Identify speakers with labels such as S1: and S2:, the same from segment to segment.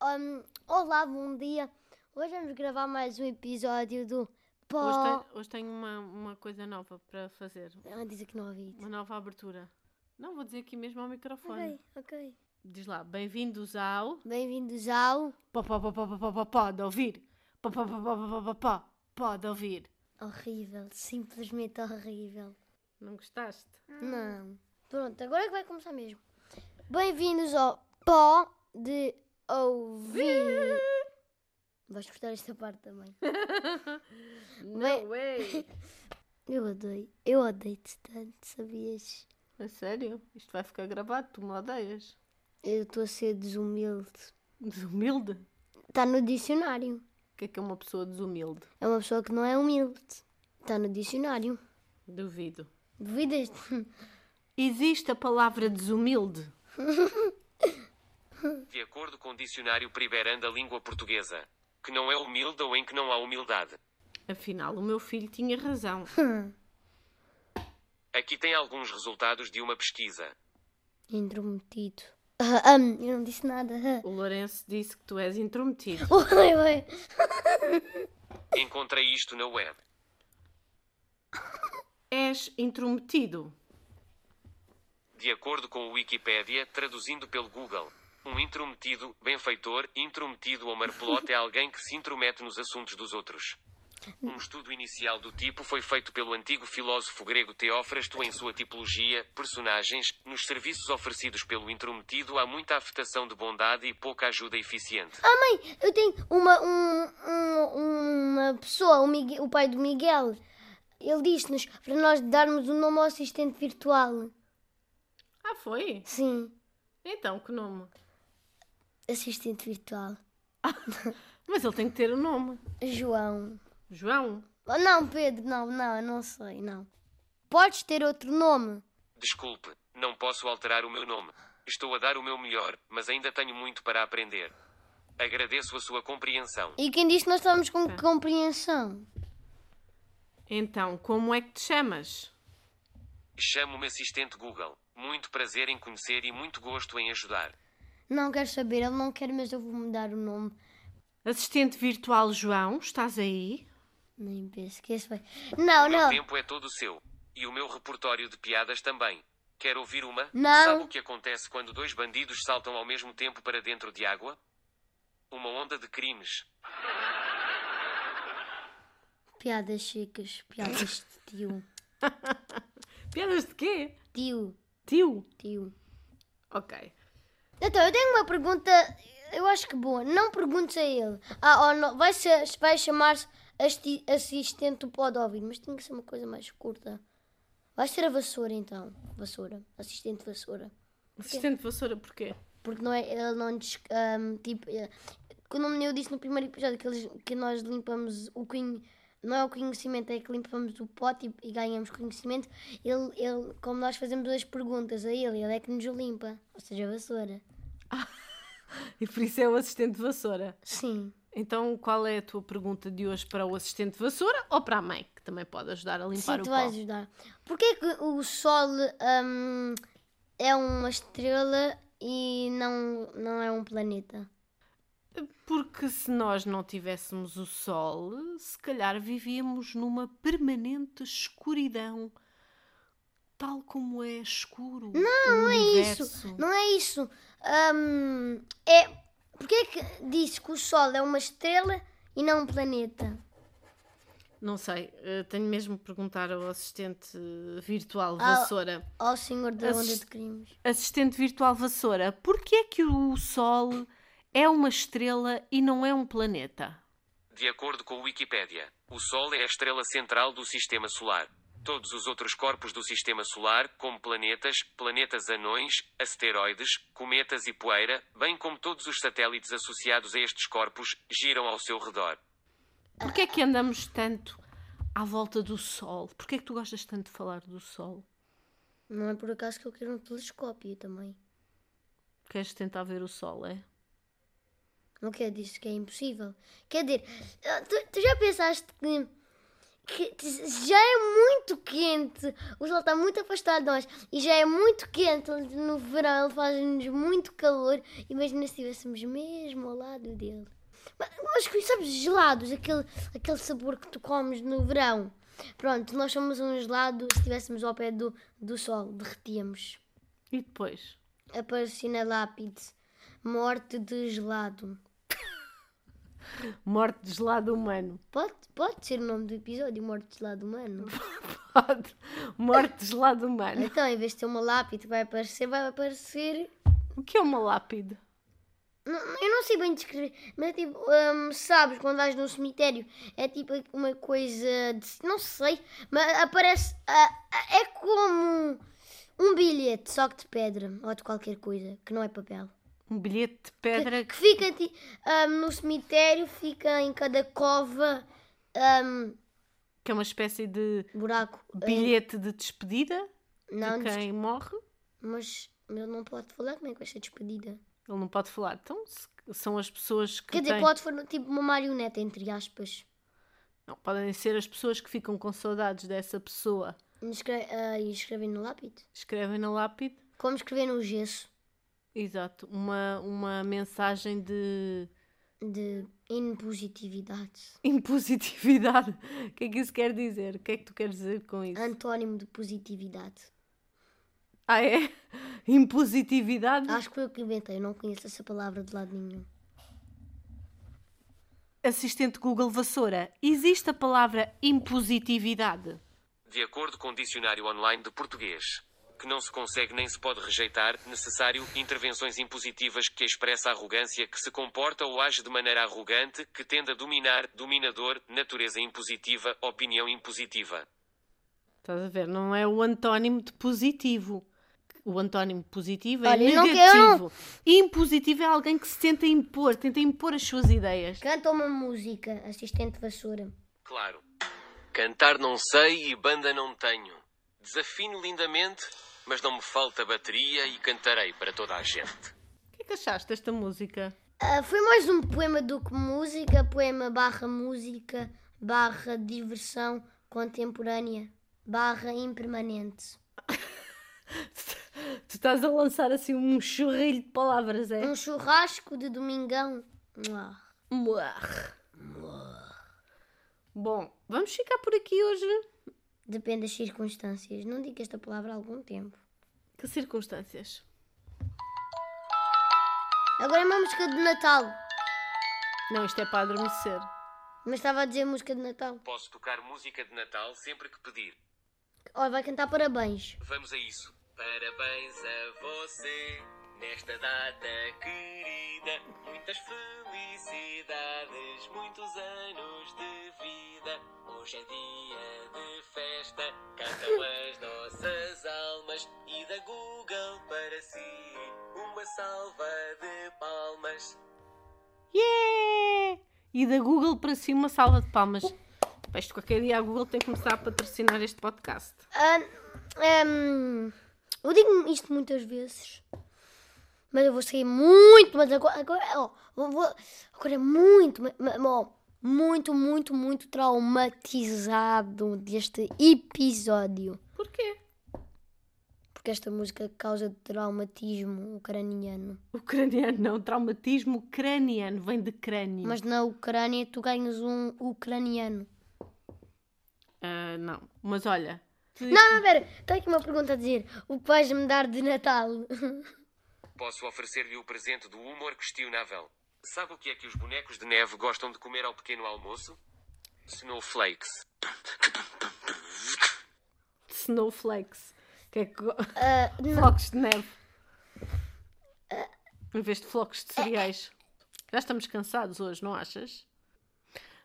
S1: hum, olá, bom dia. Hoje vamos gravar mais um episódio do
S2: Hoje,
S1: Pó.
S2: tem- hoje tenho uma, uma coisa nova para fazer.
S1: Ela diz que não ouvi.
S2: Uma nova abertura. Não, vou dizer aqui mesmo ao microfone.
S1: Ok, ok.
S2: Diz lá, bem-vindos ao...
S1: Bem-vindos ao.
S2: Pó, pó, pó, pó, pó, pó, pó, pode ouvir. Pó, pó, pó, pó, pó, pó, pó, pó, pode ouvir.
S1: Horrível, simplesmente horrível.
S2: Não gostaste?
S1: Não. Pronto, agora é que vai começar mesmo. Bem-vindos ao Pó de Ouvir. Vais cortar esta parte também. Bem-
S2: No way!
S1: Eu odeio, eu odeio-te tanto, sabias?
S2: A sério? Isto vai ficar gravado, tu me odeias.
S1: Eu estou a ser desumilde.
S2: Desumilde?
S1: Está no dicionário.
S2: O que é que é uma pessoa desumilde?
S1: É uma pessoa que não é humilde. Está no dicionário.
S2: Duvido.
S1: Duvidas?
S2: Existe a palavra desumilde?
S3: De acordo com o dicionário Priberan da língua portuguesa, que não é humilde ou em que não há humildade.
S2: Afinal, o meu filho tinha razão.
S3: Aqui tem alguns resultados de uma pesquisa.
S1: Intrometido. Ah, ah, eu não disse nada. Ah.
S2: O Lourenço disse que tu és intrometido.
S1: Ui, ui.
S3: Encontrei isto na web.
S2: És intrometido.
S3: De acordo com o Wikipédia, traduzindo pelo Google, um intrometido, benfeitor, intrometido ou marpelote é alguém que se intromete nos assuntos dos outros. Um estudo inicial do tipo foi feito pelo antigo filósofo grego Teófrasto em sua tipologia, personagens, nos serviços oferecidos pelo intrometido há muita afetação de bondade e pouca ajuda eficiente.
S1: Ah, mãe, eu tenho uma, um- um- uma pessoa, o, Migue- o pai do Miguel. Ele disse-nos para nós darmos o nome ao assistente virtual.
S2: Ah, foi?
S1: Sim,
S2: Então, que nome?
S1: assistente virtual.
S2: Mas ele tem que ter o nome.
S1: João.
S2: João.
S1: Oh, não, Pedro, não, não, eu não sei, não. Podes ter outro nome.
S3: Desculpe, não posso alterar o meu nome. Estou a dar o meu melhor, mas ainda tenho muito para aprender. Agradeço a sua compreensão.
S1: E quem disse que nós estávamos com compreensão?
S2: Então, como é que te chamas?
S3: Chamo-me assistente Google. Muito prazer em conhecer e muito gosto em ajudar.
S1: Não quero saber, ele não quer, mas eu vou mudar o nome.
S2: Assistente virtual João, estás aí?
S1: Nem penso que esse vai. Não,
S3: O meu
S1: não.
S3: tempo é todo seu. E o meu repertório de piadas também. Quer ouvir uma?
S1: Não.
S3: Sabe o que acontece quando dois bandidos saltam ao mesmo tempo para dentro de água? Uma onda de crimes.
S1: Piadas chicas, piadas de tio.
S2: Piadas de quê?
S1: Tio,
S2: Tio.
S1: tio.
S2: Ok.
S1: Então, eu tenho uma pergunta, eu acho que boa. Não perguntes a ele. Ah, ou não. Vai, ser, vai chamar-se asti- assistente do pode ouvir, mas tem que ser uma coisa mais curta. Vai ser a vassoura então. Vassoura. Assistente vassoura.
S2: Assistente vassoura, porquê?
S1: Porque não é, ele não diz. ahm, tipo, eh, como eu disse no primeiro episódio, que, eles- que nós limpamos o conhe- Não é o conhecimento, é que limpamos o pote e, e ganhamos conhecimento. Ele, ele, como nós fazemos as perguntas a ele, ele é que nos limpa. Ou seja, a vassoura.
S2: E por isso é o assistente vassoura.
S1: Sim.
S2: Então, qual é a tua pergunta de hoje para o assistente vassoura ou para a mãe, que também pode ajudar a
S1: Sim,
S2: limpar
S1: tu
S2: o
S1: vais
S2: pó?
S1: ajudar. Porquê que o Sol ahm, é uma estrela e não, não é um planeta?
S2: Porque se nós não tivéssemos o sol, se calhar vivíamos numa permanente escuridão, tal como é escuro. Não, o
S1: É
S2: universo.
S1: isso, não é isso. Ahm, é, porquê que disse que o Sol é uma estrela e não um planeta?
S2: Não sei, eh, tenho mesmo de perguntar ao assistente eh, virtual
S1: Ah,
S2: Vassoura.
S1: Ó Senhor da
S2: As-
S1: Onda de Crimes.
S2: Assistente virtual Vassoura, porquê é que o Sol é uma estrela e não é um planeta?
S3: De acordo com o Wikipédia, o Sol é a estrela central do Sistema Solar. Todos os outros corpos do Sistema Solar, como planetas, planetas anões, asteroides, cometas e poeira, bem como todos os satélites associados a estes corpos, giram ao seu redor.
S2: Porquê é que andamos tanto à volta do Sol? Porquê é que tu gostas tanto de falar do Sol?
S1: Não é por acaso que eu quero um telescópio também.
S2: Queres tentar ver o Sol, é?
S1: Não quer dizer que é impossível. Quer dizer, ah, tu, tu já pensaste que, que já é muito quente. O sol está muito afastado de nós e já é muito quente. No verão ele faz-nos muito calor. Imagina se estivéssemos mesmo ao lado dele. Mas, mas sabes, gelados, aquele, aquele sabor que tu comes no verão. Pronto, nós somos um gelado se estivéssemos ao pé do, do sol, derretíamos.
S2: E depois?
S1: Aparecia na lápide: morte de gelado.
S2: Morte de gelado humano.
S1: Pode, pode ser o nome do episódio, morte de gelado humano.
S2: Pode. Morte de gelado humano.
S1: Então, em vez de ter uma lápide que vai aparecer, vai aparecer.
S2: O que é uma lápide?
S1: Não- não- eu não sei bem descrever, mas é tipo, hum, sabes, quando vais num cemitério, é tipo uma coisa. De, não sei, mas aparece. ah, ah, é como um bilhete, só que de pedra ou de qualquer coisa, que não é papel.
S2: Um bilhete de pedra
S1: que
S2: que
S1: fica ti- hum, no cemitério, fica em cada cova, hum,
S2: que é uma espécie de
S1: buraco.
S2: bilhete de despedida
S1: Não,
S2: de quem morre.
S1: mas ele não pode falar como é que vai ser despedida.
S2: Ele não pode falar. Então se- são as pessoas que
S1: Quer dizer,
S2: têm-
S1: pode for tipo uma marioneta, entre aspas.
S2: Não, podem ser as pessoas que ficam com saudades dessa pessoa.
S1: Escre- ah, e escrever no lápide.
S2: Escrevem na lápide.
S1: Como escrever no gesso
S2: Exato. Uma, uma mensagem de
S1: de impositividade.
S2: impositividade. O que é que isso quer dizer? O que é que tu queres dizer com isso?
S1: Antónimo de positividade.
S2: Ah, é? Impositividade?
S1: Acho que foi eu que inventei, eu não conheço essa palavra de lado nenhum.
S2: Assistente Google Vassoura, existe a palavra impositividade?
S3: De acordo com o dicionário online de português. Que não se consegue nem se pode rejeitar, necessário, intervenções impositivas que expressa arrogância, que se comporta ou age de maneira arrogante, que tende a dominar, dominador, natureza impositiva, opinião impositiva.
S2: Estás a ver? Não é o antónimo de positivo. O antónimo de positivo é
S1: Olha, eu não
S2: negativo. Impositivo é alguém que se tenta impor, tenta impor as suas ideias.
S1: Canta uma música, assistente de vassoura.
S3: Claro. Cantar não sei e banda não tenho. Desafino lindamente, mas não me falta bateria e cantarei para toda a gente.
S2: O que é que achaste desta música?
S1: Ah, foi mais um poema do que música, poema barra música, barra diversão contemporânea, barra impermanente.
S2: Tu estás a lançar assim um churrilho de palavras, é?
S1: Um churrasco de domingão. Mua.
S2: Muar. Bom, vamos ficar por aqui hoje.
S1: Depende das circunstâncias. Não digo esta palavra há algum tempo.
S2: Que circunstâncias?
S1: Agora é uma música de Natal.
S2: Não, isto é para adormecer.
S1: Mas estava a dizer música de Natal.
S3: Posso tocar música de Natal sempre que pedir.
S1: Olha, vai cantar parabéns.
S3: Vamos a isso. Parabéns a você nesta data querida. Muitas felicidades, muitos anos de vida. Hoje é dia de festa. Cantam as nossas almas e da Google para si uma salva de palmas.
S2: Yeah! E da Google para si uma salva de palmas. Pá, Isto qualquer dia a Google tem que começar a patrocinar este podcast.
S1: Ah, ehm, eu digo isto muitas vezes. Mas eu vou sair muito, mas agora, agora, ó, vou- vou- agora é muito, ma- ma- ó, muito, muito, muito traumatizado deste episódio.
S2: Porquê?
S1: Porque esta música causa traumatismo ucraniano.
S2: Ucraniano não, traumatismo ucraniano, vem de crânio.
S1: Mas na Ucrânia tu ganhas um ucraniano.
S2: Ah, não, mas olha. se-
S1: Não, não, pera, tenho aqui uma pergunta a dizer. O que vais-me dar de Natal?
S3: Posso oferecer-lhe o presente do humor questionável. Sabe o que é que os bonecos de neve gostam de comer ao pequeno almoço? Snowflakes.
S2: Snowflakes. Que é que... go-
S1: Ah, não.
S2: flocos de neve. Em vez de flocos de cereais. Já estamos cansados hoje, não achas?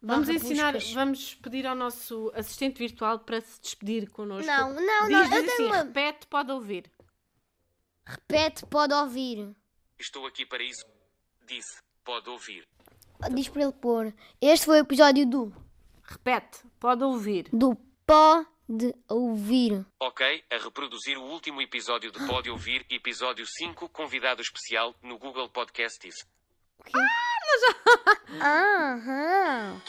S2: Vamos
S1: Barra
S2: ensinar,
S1: buscas.
S2: vamos pedir ao nosso assistente virtual para se despedir connosco.
S1: Não, não,
S2: Diz,
S1: não,
S2: diz
S1: eu
S2: assim,
S1: tenho uma.
S2: repete, pode ouvir.
S1: Repete, pode ouvir.
S3: Estou aqui para isso. Disse. Pode ouvir.
S1: Diz para ele pôr. Este foi o episódio do,
S2: Repete, pode ouvir.
S1: do Pode Ouvir.
S3: Ok, a reproduzir o último episódio de Pode Ouvir, episódio 5, convidado especial, no Google Podcasts.
S1: Aham.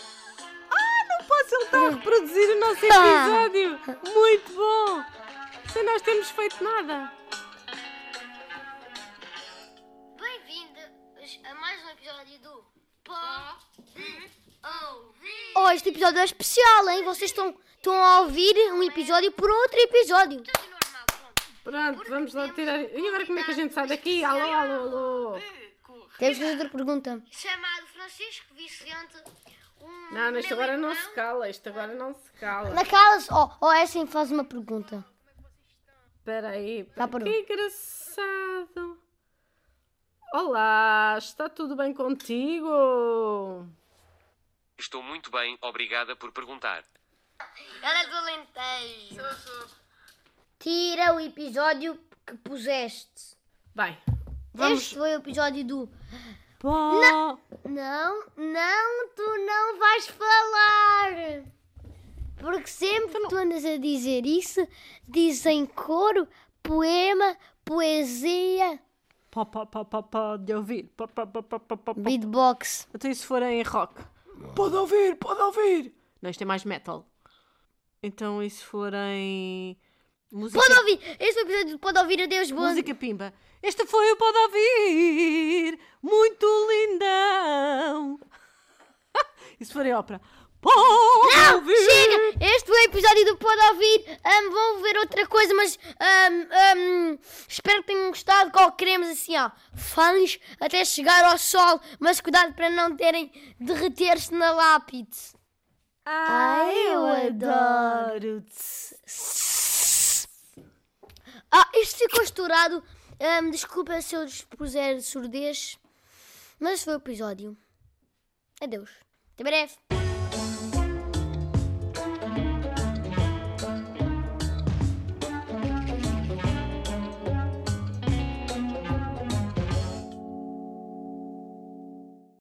S2: Posso, ele está a produzir o nosso episódio. Muito bom. Sem nós termos feito nada.
S1: Bem-vindos a mais um episódio do Pó Oh, este episódio é especial, hein? Vocês estão, estão a ouvir um episódio por outro episódio.
S2: Pronto, vamos lá tirar. E agora como é que a gente sai daqui? Alô, alô, alô.
S1: Temos que fazer outra pergunta.
S4: chamado Francisco Vicente. Um
S2: Não, não, isto
S4: meu
S2: agora não
S4: irmão.
S2: se cala. Isto agora não se cala.
S1: Naquelas, oh, oh, é assim, faz uma pergunta.
S2: Espera aí.
S1: Já
S2: pera-
S1: parou.
S2: Que engraçado. Olá, está tudo bem contigo?
S3: Estou muito bem, obrigada por perguntar.
S4: Ela é do Alentejo.
S1: Tira o episódio que puseste.
S2: Bem, vamos.
S1: Este foi o episódio do
S2: Bom.
S1: Não, não, tu não vais falar. Porque sempre
S2: Então
S1: que tu andas a dizer isso, dizem coro, poema, poesia,
S2: Pó, pó, pó, pó, pó, de ouvir. Pó, pó, pó, pó, pó, pó, pó.
S1: beatbox.
S2: Até isso for em rock. Pode ouvir, pode ouvir. Não, isto é mais metal. Então isso for em. Música,
S1: Pode ouvir, este episódio pode ouvir, adeus, bom.
S2: música pimba. Esta foi o Pode Ouvir. Muito lindão. Isso for em ópera. Pode ouvir.
S1: Chega, este foi o episódio do Pode Ouvir. Ahm, vão ver outra coisa, mas ahm, ahm, espero que tenham gostado. Qual queremos assim, ó, fãs até chegar ao sol, mas cuidado para não terem derreter-se na lápide.
S2: Ai, eu adoro.
S1: Ah, isto ficou estourado. Ahm, desculpa se eu expuser surdez. Mas foi o episódio. Adeus. Até breve.